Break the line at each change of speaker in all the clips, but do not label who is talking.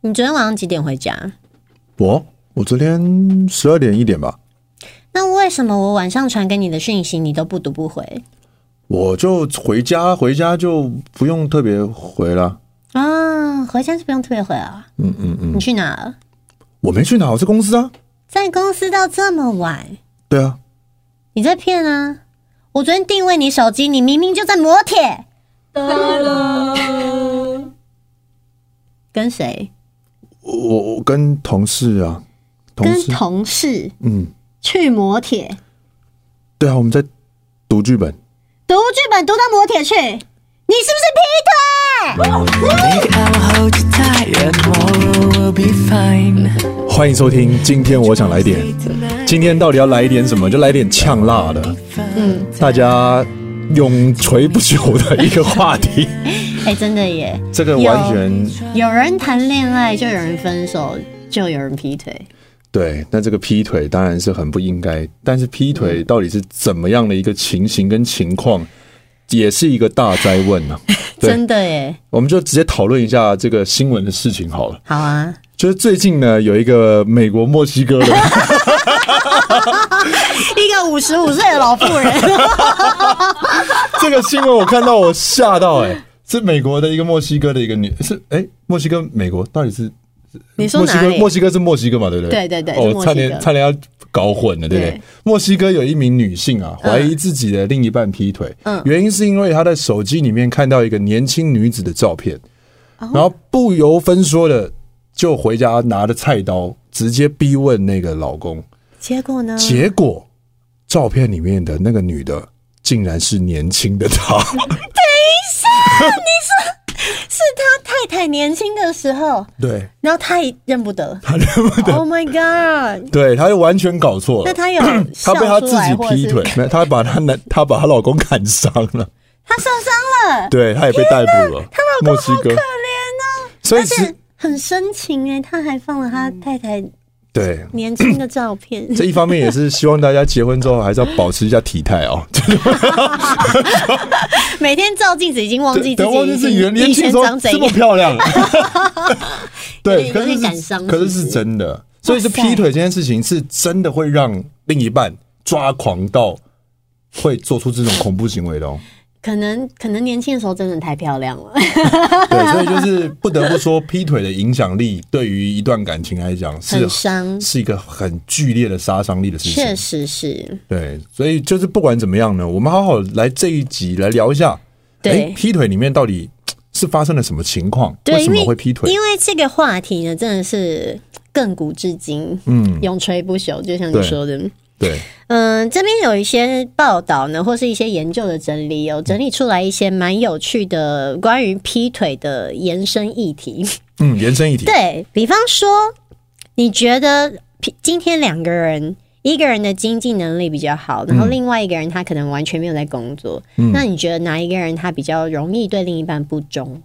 你昨天晚上几点回家？
我我昨天十二点一点吧，
那为什么我晚上传给你的讯息你都不读不回
我就回家，回家就不用特别回了。
啊？回家是不用特别回啊。嗯嗯嗯。你去哪了？
我没去哪，我在公司啊。
在公司到这么晚，
对啊，
你在骗啊！我昨天定位你手机，你明明就在磨铁。跟谁？
我我我跟同事啊，同
跟
事，
同事
嗯，
去磨铁，
对啊，我们在读剧本。
读剧本读到磨铁去，你是不是劈腿？
I'll hold you tight, and tomorrow will be fine.
欢迎收听，今天我想来点，今天到底要来一点什么？就来点呛辣的，嗯，大家永垂不朽的一个话题。
哎、真的耶，
这个
有
完全
有人谈恋爱就有人分手，就有人劈腿。
对，那这个劈腿当然是很不应该，但是劈腿到底是怎么样的一个情形跟情况，也是一个大灾问呢、对
真的耶，
我们就直接讨论一下这个新闻的事情好了。
好啊，
就是最近呢，有一个美国墨西哥的，
一个五十五岁的老妇 人，
这个新闻我看到我吓到哎、是美国的一个墨西哥的一个女，是哎、墨西哥美国到底是
你说
墨西
哪
哥
里？
墨西哥是墨西哥嘛，对不对？
对对对是墨西哥
哦，差点差点要搞混了，对不对？
对
墨西哥有一名女性啊，怀疑自己的另一半劈腿，
嗯
原因是因为她在手机里面看到一个年轻女子的照片，
哦
然后不由分说的就回家拿着菜刀直接逼问那个老公，
结果呢？
结果照片里面的那个女的竟然是年轻的她。
是他太太年轻的时候，
对，
然后他也认不得。
他认不得，
Oh my god！
对，他就完全搞错
那
了。
他有
他
笑
被
出
他自
来，
己
或者
劈
是
腿，没有，他把他男，他把她老公砍伤了，
他受伤了，
对，他也被逮 捕了。墨西哥，
可怜哦。
所以
而且
是，
很深情哎，他还放了他太太
对，
年轻的照片。
这一方面也是希望大家结婚之后还是要保持一下体态哦，
每天照镜子已经忘记自
对
己
忘记自己
以前
原年
以
轻
前
时候
长怎
这么
样。
漂亮。对，
有点
可
有点感
是是
伤
可是
是
是
不是
真的，所以这
哇塞
劈腿这件事情是真的会让另一半抓狂到会做出这种恐怖行为的哦。
可能可能年轻的时候真的太漂亮了，
对，所以就是不得不说，劈腿的影响力对于一段感情来讲是
很伤
是一个很剧烈的杀伤力的事
确
情。
实是。
对，所以就是不管怎么样呢，我们好好来这一集来聊一下，
对
诶劈腿里面到底嘖是发生了什么情况？
对
为什么
因
会劈腿
因？为这个话题呢，真的是亘古至今，
嗯，
永垂不朽，就像你
对
说的。
对，
嗯，这边有一些报道呢，或是一些研究的整理，有整理出来一些蛮有趣的关于劈腿的延伸议题。
嗯，延伸一题，
对比方说，你觉得劈今天两个人，一个人的经济能力比较好，然后另外一个人他可能完全没有在工作，
嗯
那你觉得哪一个人他比较容易对另一半不忠？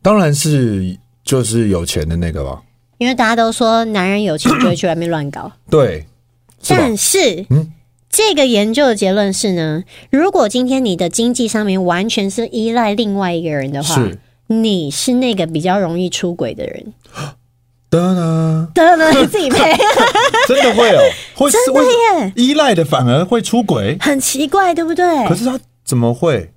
当然是就是有钱的那个吧？
因为大家都说男人有钱就会去外面乱搞，
对， 是吧？
但是，
嗯
这个研究的结论是呢，如果今天你的经济上面完全是依赖另外一个人的话
是，
你是那个比较容易出轨的人。
当然，
真的自己配，
真的会哦，会
真的
会
耶，
依赖的反而会出轨，
很奇怪，对不对？
可是他怎么会？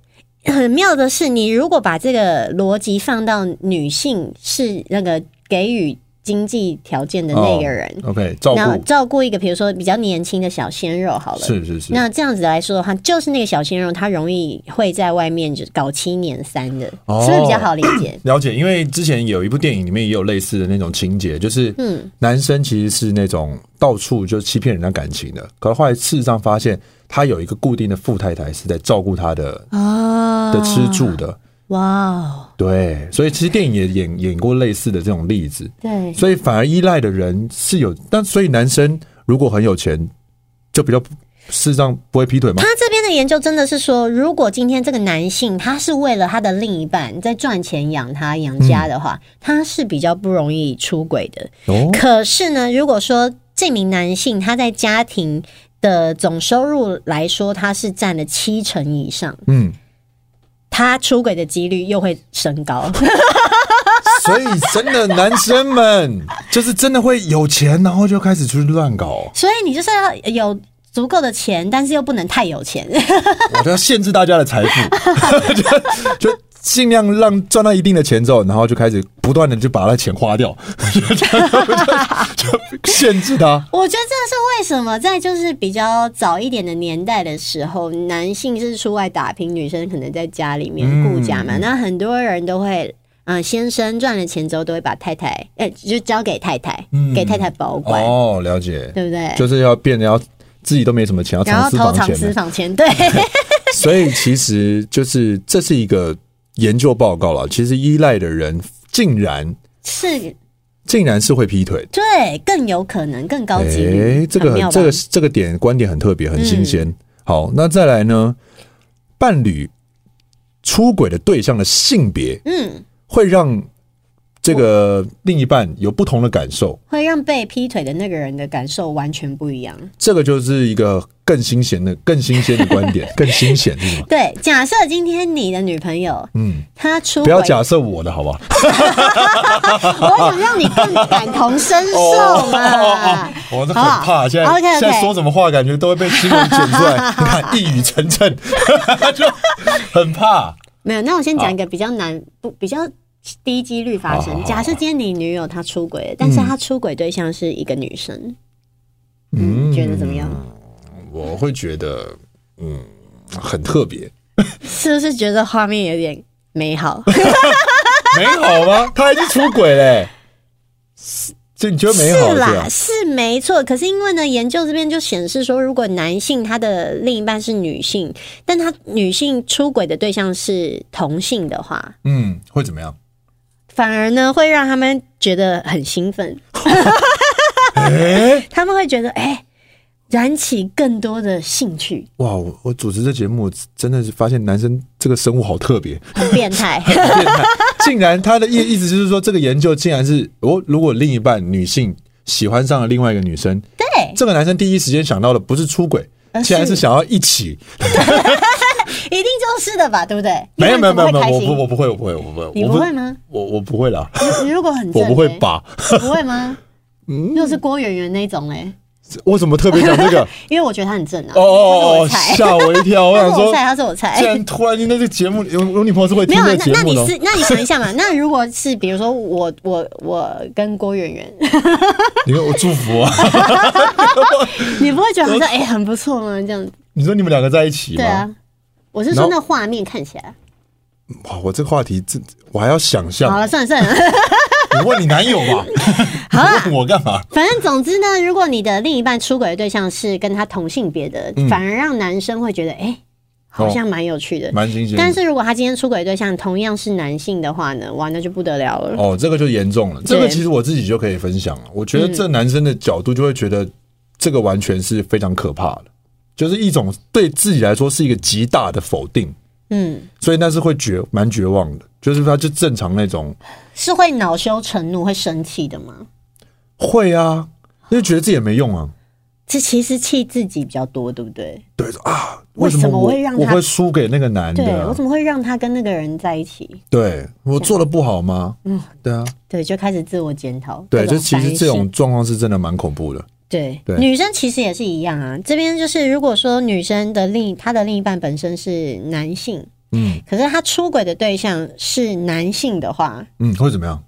很妙的是，你如果把这个逻辑放到女性是那个给予经济条件的那个人，
哦、，OK，照
然后
顾
照顾一个比如说比较年轻的小鲜肉好了，
是是是，
那这样子来说的话，就是那个小鲜肉，他容易会在外面就搞七年三的，
哦？
是不是比较好理解
了解，因为之前有一部电影里面也有类似的那种情节，就是
嗯
男生其实是那种到处就欺骗人家感情的，可是后来事实上发现他有一个固定的富太太是在照顾他的
哦
的吃住的，
哇哦，
对，所以其实电影也演演过类似的这种例子，
对，
所以反而依赖的人是有，但所以男生如果很有钱，就比较不事实上不会劈腿吗
他？这边的研究真的是说，如果今天这个男性他是为了他的另一半在赚钱养他养家的话，他是比较不容易出轨的。
哦，
可是呢，如果说这名男性他在家庭的总收入来说，他是占了七成以上，
嗯，
他出轨的几率又会升高。
所以真的男生们就是真的会有钱，然后就开始出去乱搞。
所以你就是要有足够的钱，但是又不能太有钱。
我都要限制大家的财富， 就就尽量让赚到一定的钱之后，然后就开始不断的就把那钱花掉， 就就限制他。
我觉得这是为什么在就是比较早一点的年代的时候，男性是出外打拼，女生可能在家里面顾家
嗯
嘛。那很多人都会，嗯、先生赚了钱之后都会把太太，哎、就交给太太，给太太保管，
嗯哦，了解，
对不对？
就是要变得要自己都没什么钱，要
然
藏
后
私
偷
房
藏
钱
私
了。
房钱，对，
所以其实就是这是一个研究报告了。其实依赖的人竟然
是，
竟然是会劈腿的。
对，更有可能，更高级率、
诶哎这个
很妙
很
吧
这个这个点观点很特别，很新鲜。好，那再来呢？伴侣出轨的对象的性别
嗯，
会让这个另一半有不同的感受，
会让被劈腿的那个人的感受完全不一样。
这个就是一个更新鲜的、更新鲜的观点，更新鲜是什么？
对，假设今天你的女朋友，
嗯，
她出
不要
轨，
假设我的好不好？
我想让你更感同身受 嘛。
我都
很好怕现在 OK，OK 现在说
什么话感觉都会被新闻剪出来，你看一语成谶， 就很怕。
没有，那我先讲一个比较难，不比较低几率发
好好
生。
好
假设今天你女友她出轨了，但是她出轨对象是一个女生，嗯，觉得怎么样？
我会觉得，嗯，很特别。
是不是觉得画面有点美好？
美好吗？他还去出轨嘞、这你觉得美好
是
吧
啦，？是没错。可是因为呢，研究这边就显示说，如果男性他的另一半是女性，但他女性出轨的对象是同性的话，
嗯，会怎么样？
反而呢会让他们觉得很兴奋，他们会觉得哎、燃起更多的兴趣，
哇，我我主持这节目真的是发现男生这个生物好特别，
很变态。
变态竟然他的意意思就是说，这个研究竟然是我如果另一半女性喜欢上了另外一个女生，
对，呃
这个男生第一时间想到的不是出轨
而，是
竟然是想要一起。
一定就是的吧，对不对？
没有没有没有
你
没有，
看怎么会开
我
心
不我不会我不会我不会，
你
我
不会吗？
我我不会啦，
你你如果很正
我不会
嘞，
吧？ 嗯
你不会吗？如果是郭圆圆那种嘞，
为什么特别讲 这个？
因为我觉得他很正啊，
哦
他是
哦
我
哦，
的菜
吓我一跳！我
他
想
是
说
我，菜，他是我菜
竟。然突然间在这个节目，有有女朋友是会
没
听
有啊，
这个
那
节
那
目
你
的哦。
是那你想一下嘛， 那如果是比如说我我我跟郭圆圆，
你说我 祝福啊！
你不会觉得好像哎、很不错吗？这样子
你说你们两个在一起吗？
对啊，我是
然
说
后
那画面看起来。
哇，我这个话题真，我还要想象
好。啊了，算了算了，
你问你男友吧，
啊
你 问我干嘛？
反正总之呢，如果你的另一半出轨的对象是跟他同性别的，
嗯
反而让男生会觉得哎、好像蛮有趣的。
哦蛮新鲜的。
但是如果他今天出轨的对象同样是男性的话呢，哇，那就不得了了。
哦，这个就严重了。这个其实我自己就可以分享了。我觉得这男生的角度就会觉得这个完全是非常可怕的，就是一种对自己来说是一个极大的否定，
嗯，
所以那是会绝蛮绝望的。就是他就正常那种
是会恼羞成怒、会生气的吗？
会啊，因为觉得自己也没用啊。
这其实气自己比较多，对不对？
对说啊，
为
什么
什么
我
会让
我
他
会输给那个男
对，
的
我
啊？
怎么会让他跟那个人在一起？
对我做的不好吗？嗯，对啊，
对，就开始自我检讨。
对，
各
就
种
其实
反
这
省
种状况是真的蛮恐怖的。
对，
对
女生其实也是一样啊。这边就是，如果说女生的另她的另一半本身是男性，
嗯
可是她出轨的对象是男性的话，
嗯，会怎么样？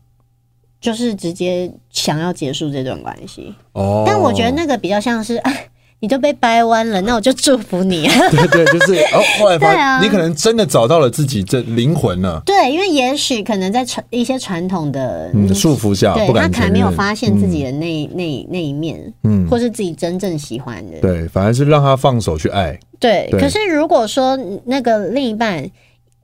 就是直接想要结束这段关系。
哦，
但我觉得那个比较像是， 哎，你都被掰弯了，那我就祝福你。啊
对 对，就是哦，后来发
对啊
现你可能真的找到了自己这灵魂了，
对，因为也许可能在传一些传统的。
嗯，束缚下
对
不
他
敢
可能
承
没有
认，
发现自己的那、那那一面，
嗯
或是自己真正喜欢的，
对，反而是让他放手去爱，
对，
对
可是如果说那个另一半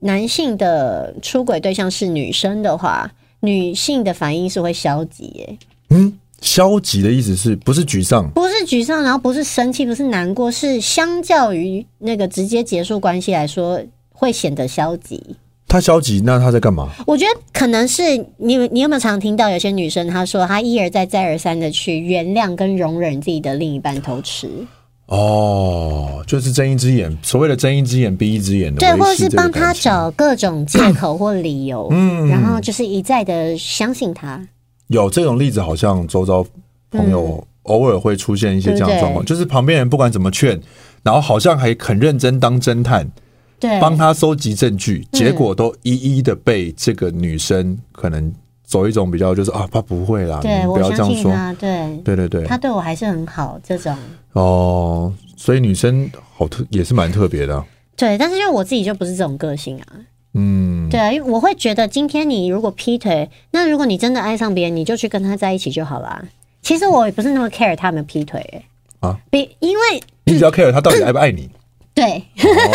男性的出轨对象是女生的话，女性的反应是会消极耶，
嗯，消极的意思是不是沮丧？
不是沮丧，然后不是生气，不是难过，是相较于那个直接结束关系来说，会显得消极。
他消极，那他在干嘛？
我觉得可能是你有，你有没有常听到有些女生她说她一而再再而三的去原谅跟容忍自己的另一半偷吃，
哦，就是睁一只眼，所谓的睁一只眼闭一只眼的，
对，
维
或者
系
是
这个
帮他
感情嗯
找各种借口或理由， 然后就是一再的相信他，
有这种例子，好像周遭朋友偶尔会出现一些这样的状
嗯
况，
对不
就是旁边人不管怎么劝，然后好像还很认真当侦探，
对，嗯
帮他搜集证据，结果都一一的被这个女生可能走一种比较就是啊，他不会啦，
对
你
我
不要这
相
样
信
说，
他，对，
对对对，
他对我还是很好，这种
哦，所以女生好特也是蛮特别的啊、
对，但是因为我自己就不是这种个性啊，
嗯，
对啊，因为我会觉得今天你如果劈腿，那如果你真的爱上别人，你就去跟他在一起就好啦。其实我也不是那么 care 他们劈腿、欸，
啊
比因为
你比较 care 他到底爱不爱 你
对。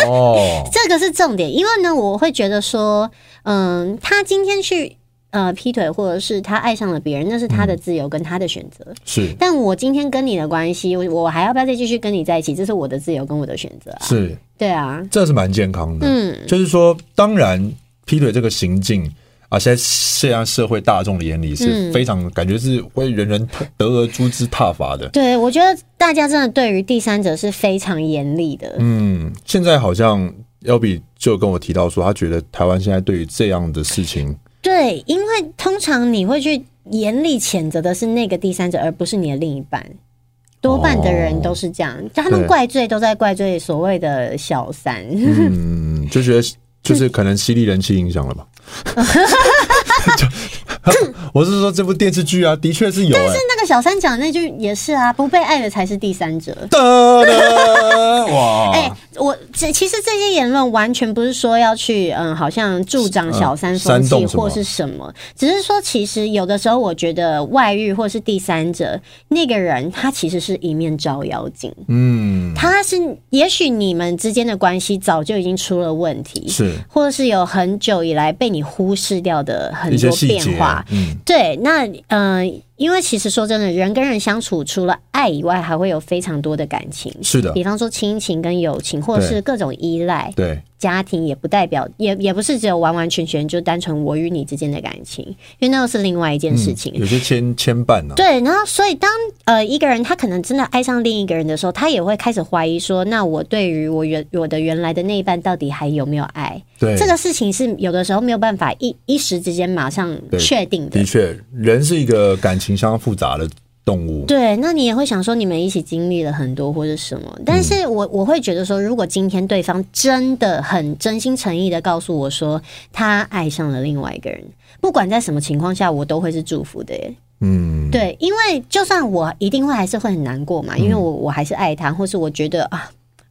哦，
这个是重点，因为呢，我会觉得说，嗯，他今天去呃劈腿，或者是他爱上了别人，那是他的自由跟他的选择。
是
但我今天跟你的关系，我我还要不要再继续跟你在一起？这是我的自由跟我的选择啊。
是，
对啊，
这是蛮健康的。
嗯，
就是说，当然劈腿这个行径啊，现在现在社会大众的眼里是
嗯
非常、感觉是会人人得而诛之挞伐的。
对，我觉得大家真的对于第三者是非常严厉的。
嗯，现在好像 L B 就跟我提到说，他觉得台湾现在对于这样的事情，
对，因为通常你会去严厉谴责的是那个第三者，而不是你的另一半。多半的人都是这样，他们
哦对
怪罪都在怪罪所谓的小三。
嗯，就觉得就是可能犀利人气影响 了吧。就 我是说这部电视剧啊，的确是有、欸。
那个小三讲那句也是啊，不被爱的才是第三者。
哒哒哇！
哎、我这其实这些言论完全不是说要去嗯，好像助长小三风
煽
气
动什么
或是什么，只是说其实有的时候我觉得外遇或是第三者那个人，他其实是一面照妖镜，
嗯，
他是也许你们之间的关系早就已经出了问题，
是
或者是有很久以来被你忽视掉的很
一些
多
细节
变化，，
嗯，
对，那嗯、呃因为其实说真的，人跟人相处，除了爱以外，还会有非常多的感情。
是的
比，方说亲情跟友情，或者
对
是各种依赖，
对。
家庭也不代表，也也不是只有完完全全就单纯我与你之间的感情，因为那又是另外一件事情。
嗯有些牵牵绊呢、啊。
对，然后所以当呃一个人他可能真的爱上另一个人的时候，他也会开始怀疑说，那我对于我原我的原来的那一半到底还有没有爱？
对，
这个事情是有的时候没有办法一一时之间马上
对
确定的
的。确，人是一个感情相当复杂的动物。
对，那你也会想说你们一起经历了很多或者什么，但是我我会觉得说，如果今天对方真的很真心诚意的告诉我说他爱上了另外一个人，不管在什么情况下，我都会是祝福的耶。
嗯，
对，因为就算我一定会还是会很难过嘛，因为我我还是爱他，或是我觉得啊。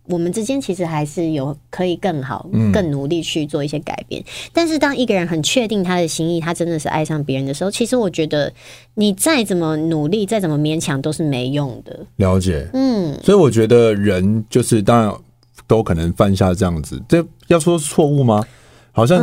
我们之间其实还是有可以更好、更努力去做一些改变。但是，当一个人很确定他的心意，他真的是爱上别人的时候，其实我觉得你再怎么努力、再怎么勉强都是没用的。
了解。
嗯，
所以我觉得人就是当然都可能犯下这样子，这要说错误吗？好像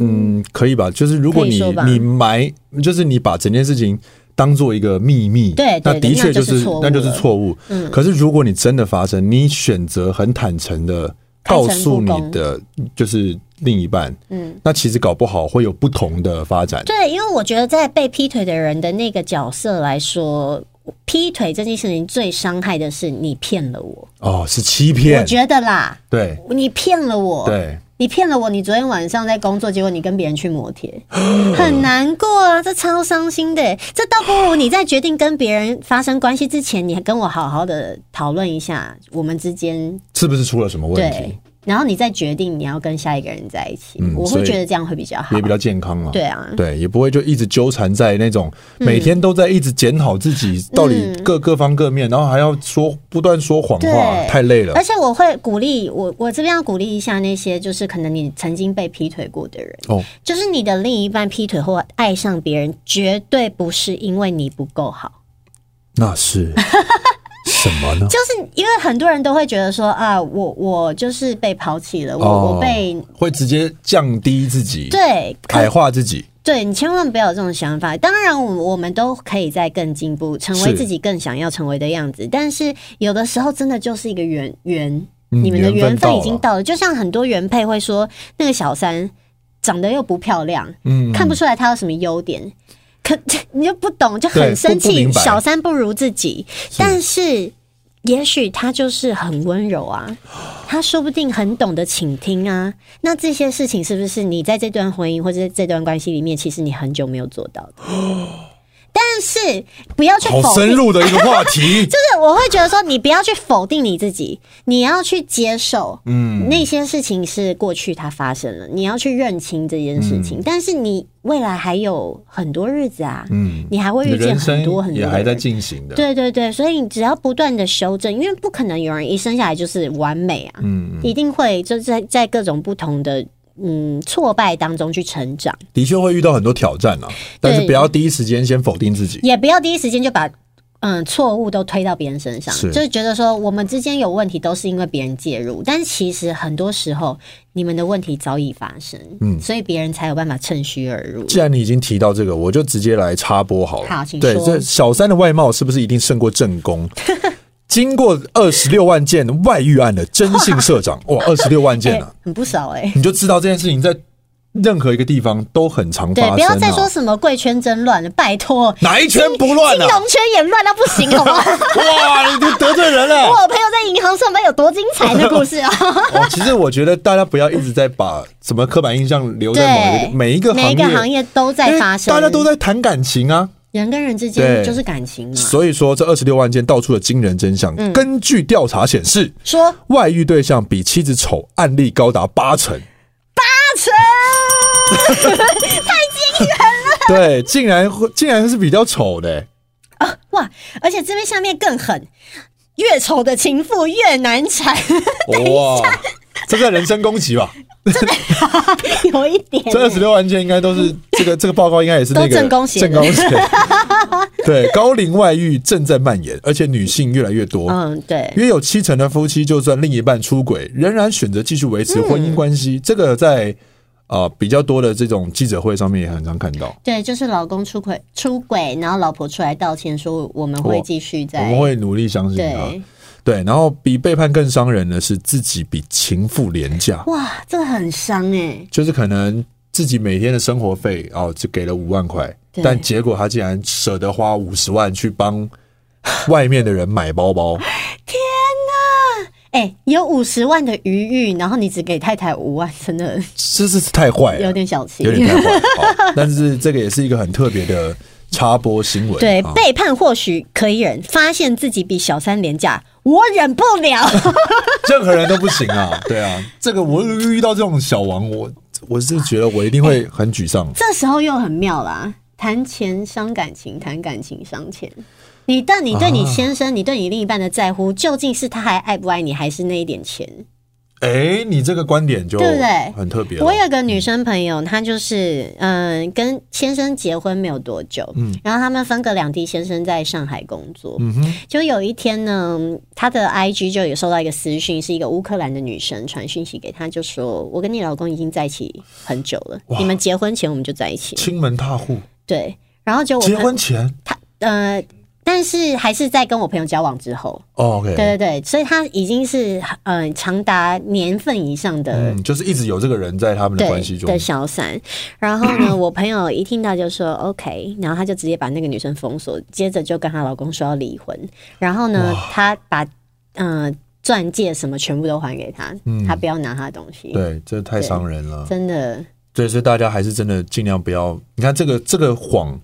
嗯可以吧。就是如果
可以
你
说吧
你埋，就是你把整件事情当做一个秘密，
对对对
那的确
那就是是错误了
那
嗯
就是错误。可是如果你真的发生，你选择很坦诚的
坦诚
告诉
不
你
公
的就是另一半，嗯，那其实搞不好会有不同的发展。
对，因为我觉得在被劈腿的人的那个角色来说，劈腿这件事情最伤害的是你骗了我。
哦，是欺
我
骗，
觉得啦，
对
你骗了我。
对，
你骗了我，你昨天晚上在工作，结果你跟别人去摩 铁，很难过啊，这超伤心的耶。欸这倒不如你在决定跟别人发生关系之前，你还跟我好好的讨论一下我们之间
是不是出了什么问
对
题？，
然后你再决定你要跟下一个人在一起，
嗯
我
所
会
以
觉得这样会比较好
也。比较健康了。
对啊，嗯
对，也不会就一直纠缠在那种每天都在一直检讨自己到底各各方各面，然后还要说不断说谎话，
对
太累了
而。且我会鼓励我，我这边要鼓励一下那些就是可能你曾经被劈腿过的人，
哦，
就是你的另一半劈腿或爱上别人，绝对不是因为你不够好。
那 是什么呢？
就是因为很多人都会觉得说啊，我我就是被抛弃了，我、
哦
我被
会直接降低自己，
对可
矮化自己。
对，你千万不要有这种想法。当然，我我们都可以再更进步，成为
是
自己更想要成为的样子。但是有的时候真的就是一个缘缘，
嗯
你们的
缘
缘
分到
分
了
已经到了。就像很多原配会说，那个小三长得又不漂亮，
嗯，
看不出来他有什么优点，可你就不懂，就很生
对不不
气。
明白
小三不如自己，但是也许他就是很温柔啊，他说不定很懂得倾听啊。那这些事情是不是你在这段婚姻或者这段关系里面，其实你很久没有做到的？但是不要去
好
否
深
定，
入的一个话题
就。是我会觉得说，你不要去否定你自己，你要去接受，嗯，那些事情是过去它发生了，你要去认清这件事
嗯
情。但是你未来还有很多日子啊，嗯，你还会
你的
遇见
人
很
生
多很多
也
的
还在
人
进行的，
对对对，所以你只要不断的修正，因为不可能有人一生下来就是完美啊，
嗯
一定会就在在各种不同的嗯挫败当中去成长，
的确会遇到很多挑战啊，但是
对
不要第一时间先否定自己。
也不要第一时间就把。嗯，错误都推到别人身上，
是
就是觉得说我们之间有问题都是因为别人介入，但是其实很多时候你们的问题早已发生，嗯，所以别人才有办法趁虚而入。
既然你已经提到这个，我就直接来插播好了。
好请
对，
说
这小三的外貌是不是一定胜过正 宫？经过二十六万件外遇案的征信 社长，哇，二十六万件啊，
很不少哎、
你就知道这件事情在任何一个地方都很常发
对
生、啊。，
不要再说什么贵圈真乱了，拜托，
哪一圈不乱
金
啊？
融圈也乱到不行，好不好？
哇，你就得罪人 了。
我朋友在银行上班有多精彩的故 事啊！
哦，其实我觉得大家不要一直在把什么刻板印象留在某一个每一个
每一个行业都在发生，
因为大家都在谈感情啊。
人跟人之
对
间就是感情嘛。
所以说，这二十六万件道出了惊人真相。
嗯
根据调查显示，
说
外遇对象比妻子丑案例高达 八成。
阿成，
对，竟然会竟然是比较丑的、欸
哇！而且这边下面更狠，越丑的情妇越难缠，
哇，这个人身攻击吧？
有一点
这二十六万件应该都是这个这个报告应该也是那个
都正宫写的
正 宫写的。对，高龄外遇正在蔓延，而且女性越来越多。
嗯，对，
约有七成的夫妻，就算另一半出轨，仍然选择继续维持
嗯
婚姻关系。这个在啊、呃比较多的这种记者会上面也很常看到。
对，就是老公出轨出轨，然后老婆出来道歉说我们会
我
继续
我
在
们会啊努力相信他
对。，
对，然后比背叛更伤人的是自己比情妇廉价，
哇，这个很伤哎，
就是可能自己每天的生活费哦，只给了五万块，
对
但结果他竟然舍得花五十万去帮 外面的人买包包，
哎，有五十万的余裕，然后你只给太太五万，真的
这是太坏了，
有点小气，
有点太坏。好但是这个也是一个很特别的插播新闻。
对，
啊
背叛或许可以忍，发现自己比小三廉价，我忍不了。
任何人都不行啊，对啊，这个我遇到这种小王，我我是觉得我一定会很沮丧。
这时候又很妙啦，谈钱伤感情，谈感情伤钱。你但你对你先生，你对你另一半的在乎，究竟是他还爱不爱你，还是那一点钱？
哎、你这个观点就
对不对
很特别了。
我有个女生朋友，她就是嗯、跟先生结婚没有多久，
嗯
然后他们分隔两地，先生在上海工作，就有一天呢，她的 IG 就有收到一个私讯，是一个乌克兰的女生传讯息给她，就说：“我跟你老公已经在一起很久了，你们结婚前我们就在一起了。
亲门踏户，”
对，然后就我
结
朋
婚前、
呃，但是还是在跟我朋友交往之后，
哦、，OK，
对对对，所以她已经是呃长达年份以上的
嗯，就是一直有这个人在他们的
对
关系中
的，小三。然后 呢，我朋友一听到就说 OK，然后他就直接把那个女生封锁，接着就跟她老公说要离婚。然后呢，她把嗯钻戒什么全部都还给他，他不要拿他的东西。
嗯对，啊这太伤人了。
真的，
对，所以大家还是真的尽量不要，你看这个这个谎，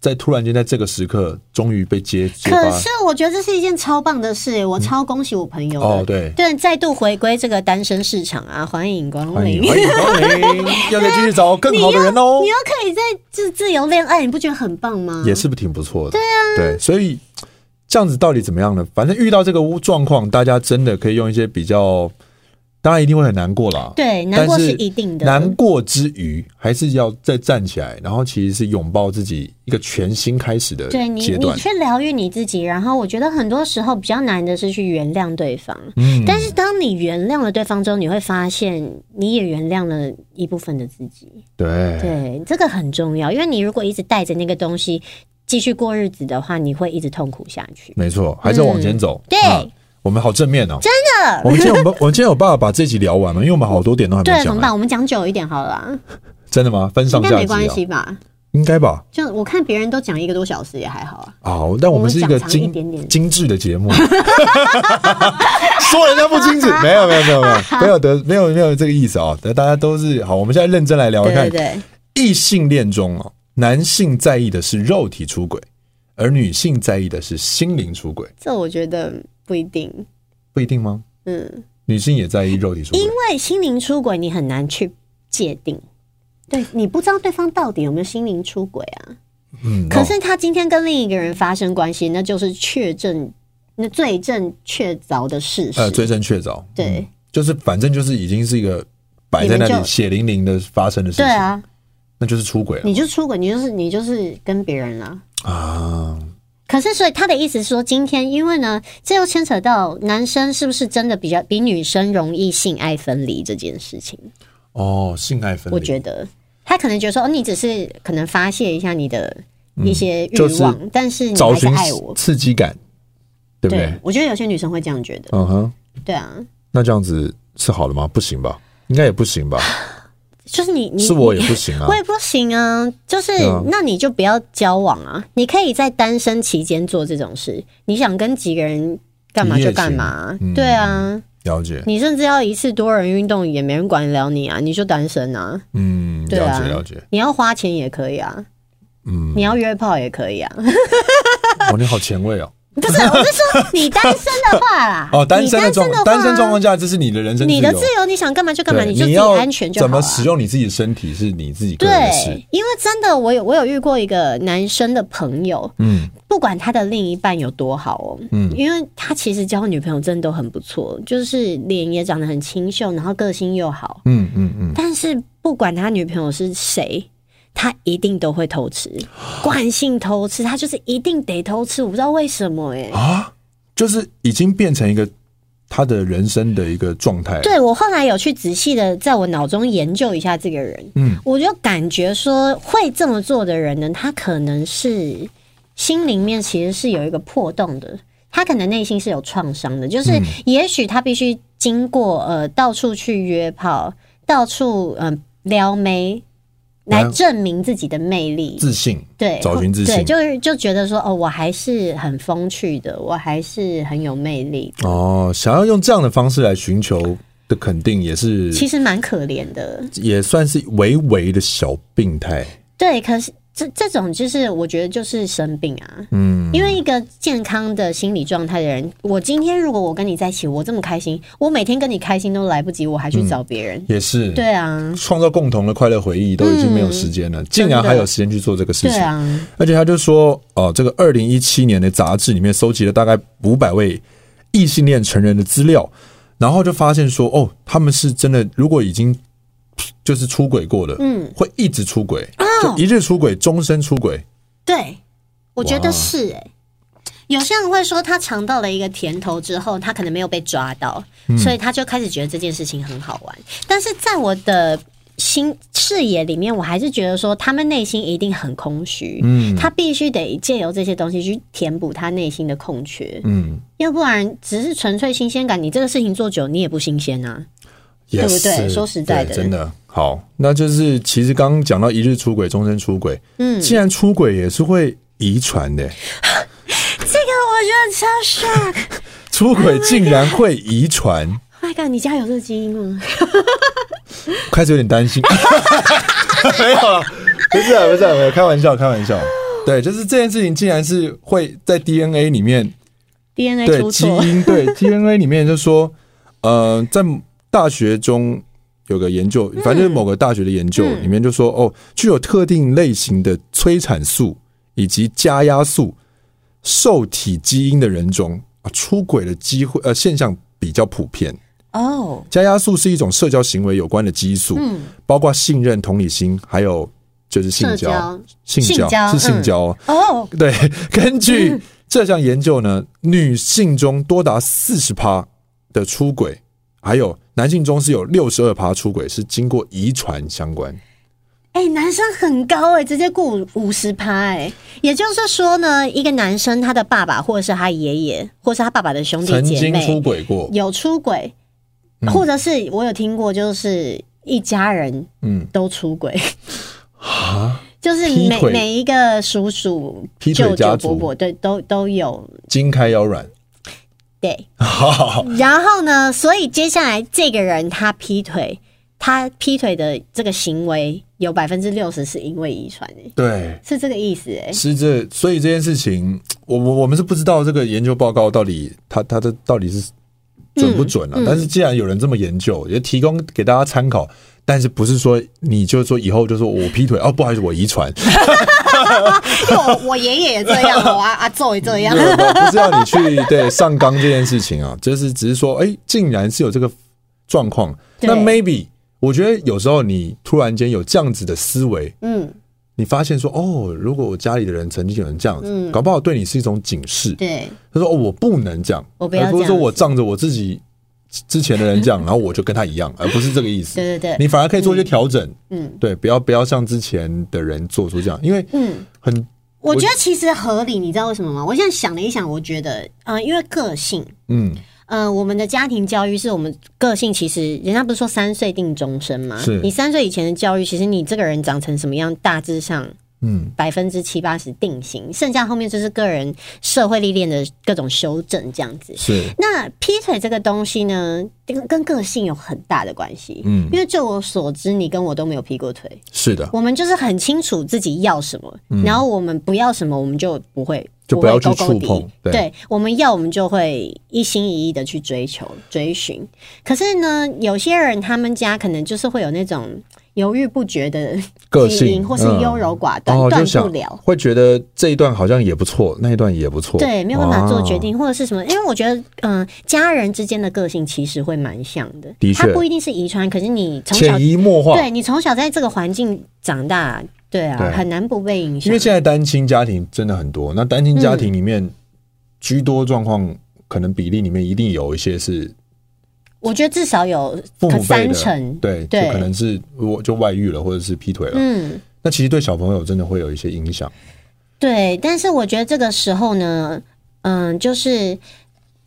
在突然间在这个时刻终于被揭揭
可
发
是，我觉得这是一件超棒的事，我超恭喜我朋友的。
嗯哦，对。
对，再度回归这个单身市场啊，欢迎光
欢
临
迎。欢迎光临，要再继续找更好的人哦。
你又可以在自自由恋爱，你不觉得很棒吗？
也是不挺不错的。对啊，对，所以这样子到底怎么样呢？反正遇到这个状况，大家真的可以用一些比较，当然一定会很难过啦。
对，难
但
过是一定的。
难过之余，还是要再站起来，然后其实是拥抱自己一个全新开始的
对你，
阶
你
段。
去疗愈你自己，然后我觉得很多时候比较难的是去原谅对方。嗯，但是当你原谅了对方之后，你会发现你也原谅了一部分的自己。
对
对，这个很重要，因为你如果一直带着那个东西继续过日子的话，你会一直痛苦下去。
没错，还是往前走。
嗯对
啊我们好正面哦！真
的，
我们今天有办我们今天有办法把这集聊完吗？因为我们好多点都还没
对，怎
讲
么
欸
办？我们讲久一点好了啦，啊
真的吗？分
应
上
该
下
没
集啊
关系吧？
应该吧？
就我看别人都讲一个多小时也还好啊。
好，但我们是一个
我们讲长一
精
点点
精致的节目， 说人家不精致，没有没有没有没有没有得没有没有这个意思啊、但大家都是好，我们现在认真来聊一
对
看
对对，
异性恋中哦，男性在意的是肉体出轨，而女性在意的是心灵出轨，
这我觉得不一定。
不一定吗？
嗯，
女性也在意肉体出轨
因，为心灵出轨你很难去界定，对你不知道对方到底有没有心灵出轨啊。
嗯，
可
哦
是他今天跟另一个人发生关系，那就是确证，那罪证确凿的事实。
呃，罪证确凿，
对
嗯就是反正就是已经是一个摆在
你们
那
就
里血淋淋的发生的事情，
对啊，
那就是出轨了
你就出轨，你就是你就是跟别人了。
啊。
可是，所以他的意思是说，今天因为呢，这又牵扯到男生是不是真的比较比女生容易性爱分离这件事情。
哦，性爱分离，
我觉得他可能觉得说，哦，你只是可能发泄一下你的一些欲
嗯就是
望，但是你
找
还是
寻
爱我。
刺激感，对不对？
对，我觉得有些女生会这样觉得。
嗯哼，
对啊，
那这样子是好的吗？不行吧？应该也不行吧？
就是你 你
是我
你
也不行啊
我。也不行啊，就是、
啊
那你就不要交往啊！你可以在单身期间做这种事，你想跟几个人干嘛
一夜
就
情
干嘛，
嗯
对啊，
了解，
你甚至要一次多人运动也没人管得了你啊，你就单身啊，
嗯，
对
了
啊
解了解。
你要花钱也可以啊，
嗯
你要约炮也可以啊，
哇，你好前卫哦！，
不是，我是说你单身的话啦
哦，单身的
你
状
话啊
单身状况下，这是你的人生
你的自
由，
由，你想干嘛就干嘛，
对，
你就自
你
己
要
安全就好
怎么
了。
使用你自己的身体是你自己个人的事
对。，因为真的，我有我有遇过一个男生的朋友，
嗯
不管他的另一半有多好哦，
嗯
因为他其实交女朋友真的都很不错，就是脸也长得很清秀，然后个性又好，
嗯嗯嗯，
但是不管他女朋友是谁。他一定都会偷吃，惯性偷吃，他就是一定得偷吃，我不知道为什么哎、
啊就是已经变成一个他的人生的一个状态。
对我后来有去仔细的在我脑中研究一下这个人，
嗯，
我就感觉说会这么做的人呢，他可能是心里面其实是有一个破洞的，他可能内心是有创伤的，
嗯
就是也许他必须经过呃到处去约炮，到处嗯、呃撩妹。来
来
证明自己的魅力，
自信，
对，
找寻自信
对，就是就觉得说，哦，我还是很风趣的，我还是很有魅力，
哦，想要用这样的方式来寻求的肯定，也是
其实蛮可怜的。
也算是微微的小病态。
对，可是这这种就是我觉得就是生病啊，嗯，因为一个健康的心理状态的人，我今天如果我跟你在一起，我这么开心，我每天跟你开心都来不及，我还去找别人，
也是，
对嗯啊，
创造共同的快乐回忆都已经没有时间了，竟然还有时间去做这个事
对
情。
啊，
而且他就说，哦，这个二零一七年的杂志里面搜集了大概五百位异性恋成人的资料，然后就发现说，哦，他们是真的，如果已经就是出轨过了，嗯，会一直出轨，
哦
就一日出轨，终身出轨。
对，我觉
哇
得是哎、有些人会说，他尝到了一个甜头之后，他可能没有被抓到，所以他就开始觉得这件事情很好玩。但是在我的心视野里面，我还是觉得说，他们内心一定很空虚，嗯，他必须得借由这些东西去填补他内心的空缺，
嗯，
要不然只是纯粹新鲜感，你这个事情做久，你也不新鲜啊。
也
对不对
是
说实在
对
的
真的好，那就是其实刚刚讲到一日出轨、终身出轨，嗯，既然出轨也是会遗传的、
这个我觉得超 shock。
出轨竟然会遗传，
Oh my god！你家有这个基因 吗？
开始有点担心。 没有了，不是啊，不是啊，没有开玩笑，开玩笑。对，就是这件事情竟然是会在 DNA 里面，
DNA
对
出
基
错，
因， 对 DNA 里面就说，呃，在大学中有个研
嗯
究，反正就是某个大学的研究里面就说，哦，具有特定类型的催产素以及加压素受体基因的人中，啊，出轨的机会呃现象比较普遍。
哦，
加压素是一种社交行为有关的激素，包括信任、同理心，还有就是性
嗯社
交
交、
性
性交
是性
嗯
交哦。
哦，
对，根据这项研究呢，女性中多达四十趴的出轨，还有男性中是有六十二趴出轨是经过遗传相关。
哎、男生很高哎、直接过五五十趴哎，也就是说呢，一个男生他的爸爸或者是他爷爷，或是他爸爸的兄弟
曾
姐
经出
妹
轨嗯过，
有出轨，或者是我有听过，就是一家人
嗯
都出轨，就是
劈
每
腿
每一个叔叔、
劈腿
舅
家
舅、
族
伯伯，对，都都有
筋开腰软，
对。
好好好，
然后呢，所以接下来这个人他劈腿，他劈腿的这个行为有百分之六十是因为遗传、欸，
对，
是这个意思、欸，
是这，所以这件事情，我我我们是不知道这个研究报告到底它它的到底是准不准
嗯
啊、但是既然有人这么研究，也提供给大家参考。但是不是说你就说以后就说我劈腿哦，不好意思，我 遗传，
因为我哦我爷爷也这样，哦我 阿阿昼也这样
没，有没有不是要你去对上纲这件事情 啊，就是只是说，哎、竟然是有这个状况，
对
那 maybe 我觉得有时候你突然间有这样子的思维，
嗯，
你发现说，哦，如果我家里的人曾经有人这样子，
嗯
搞不好对你是一种警示。
对，
他说：“哦，我不能这样，
我不要
而不是
这
说
样
我仗着我自己之前的人这样，然后我就跟他一样，而不是这个意思。
对对对
你反而可以做一些调整，
嗯，
对，不要不要像之前的人做出这样，因为
嗯
很
我觉得其实合理，你知道为什么吗？我现在想了一想，我觉得，呃，因为个性，
嗯
呃，我们的家庭教育是我们个性，其实人家不是说三岁定终身吗？
是
你三岁以前的教育，其实你这个人长成什么样，大致上
嗯
百分之七八十定型，剩下后面就是个人社会历练的各种修正这样子。
是
那劈腿这个东西呢，跟跟个性有很大的关系。
嗯
因为就我所知，你跟我都没有劈过腿，
是的，
我们就是很清楚自己要什么，然后我们不要什么，我们就不会。
嗯就不
不
要
会
去
勾勾
触
底
碰对
对我们要，我们就会一心一意的去追求、追寻。可是呢，有些人他们家可能就是会有那种犹豫不决的
个
基
性
因或是
嗯
优柔寡断，
哦，
断
就
不
想
了。
会觉得这一段好像也不错，那一段也不错，
对，没有办法做决
哦。
定，或者是什么？因为我觉得，嗯、家人之间的个性其实会蛮像的。
的
它
确
不一定是遗传，可是你从小
潜移默化，
对你从小在这个环境长大，对啊，
对
很难不被影响。
因为现在单亲家庭真的很多，那单亲家庭里
嗯
面居多状况，可能比例里面一定有一些是
我觉得至少有
父母辈
三
的，
成，
对，啊就
对
可能是我就外遇了，或者是劈腿了。
嗯，
那其实对小朋友真的会有一些影响。
对。但是我觉得这个时候呢，嗯，就是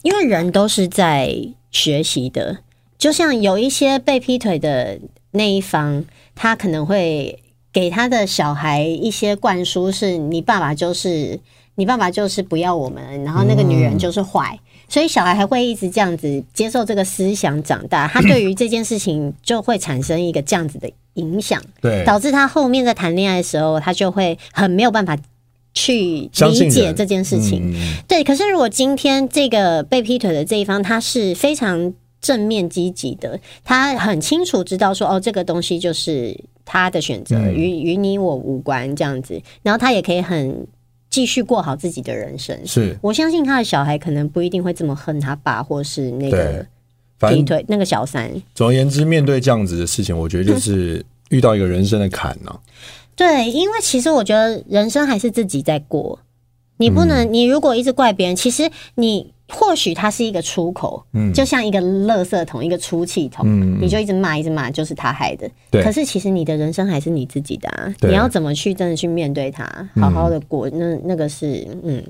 因为人都是在学习的，就像有一些被劈腿的那一方，他可能会给他的小孩一些灌输，是你爸爸就是你爸爸就是不要我们，然后那个女人就是坏。所以小孩还会一直这样子接受这个思想长大，他对于这件事情就会产生一个这样子的影响。
对，
导致他后面在谈恋爱的时候，他就会很没有办法去
相信
理解
人
这件事情。
嗯嗯
对，可是如果今天这个被劈腿的这一方，他是非常正面积极的，他很清楚知道说，哦，这个东西就是他的选择，
嗯
与与你我无关这样子，然后他也可以很继续过好自己的人生。
是，
我相信他的小孩可能不一定会这么恨他爸，或是那
对
个
反
劈
正
腿那个小三。
总而言之，面对这样子的事情，我觉得就是遇到一个人生的坎呢、
对，因为其实我觉得人生还是自己在过，你不
嗯
能，你如果一直怪别人，其实你或许它是一个出口，
嗯
就像一个垃圾桶、一个出气筒，
嗯嗯
你就一直骂、一直骂，就是他害的。
对
可是其实你的人生还是你自己的、啊，
对嗯
你要怎么去真的去面对它，好好的过，那那个是嗯，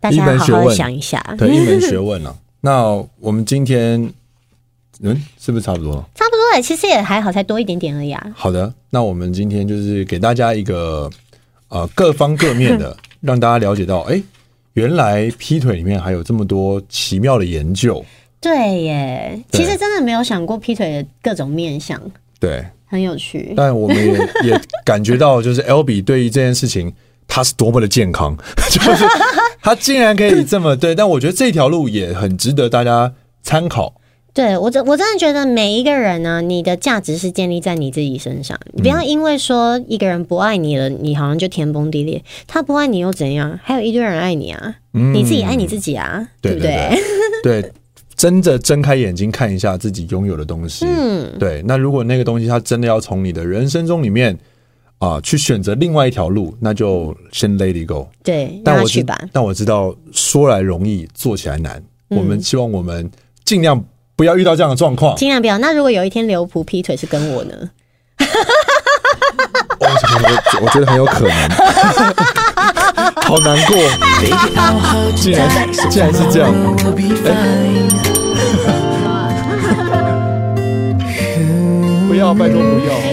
大
一
家
门
好
学
好的
问
想一下，
对，一门学问啊。那我们今天，嗯，是不是差不多了？
差不多了，其实也还好，才多一点点而已啊。
好的，那我们今天就是给大家一个呃各方各面 的，让大家了解到，哎、原来劈腿里面还有这么多奇妙的研究。
对耶，
对
其实真的没有想过劈腿的各种面相，
对，
很有趣。
但我们也也感觉到，就是 L B 对于这件事情，他是多么的健康， 就是他竟然可以这么对。但我觉得这条路也很值得大家参考。
对我真我真的觉得每一个人呢，你的价值是建立在你自己身上，
嗯
你不要因为说一个人不爱你了，你好像就天崩地裂。他不爱你又怎样？还有一堆人爱你啊，你自己爱你自己啊，
嗯对
不
对对，对真的睁开眼睛看一下自己拥有的东西。
嗯，
对，那如果那个东西它真的要从你的人生中里面啊、去选择另外一条路，那就先 let it go。
对，让
但
他
我
去
知
吧。嗯
但我知道说来容易，做起来难。我们希望我们尽量不要遇到这样的状况。
尽量不要。那如果有一天刘璞劈腿是跟我呢？
我我我觉得很有可能， 好难过，
I'll hold
哎竟
you
然
tight.
竟然是这样。
We'll be fine.
哎不要，拜托不要。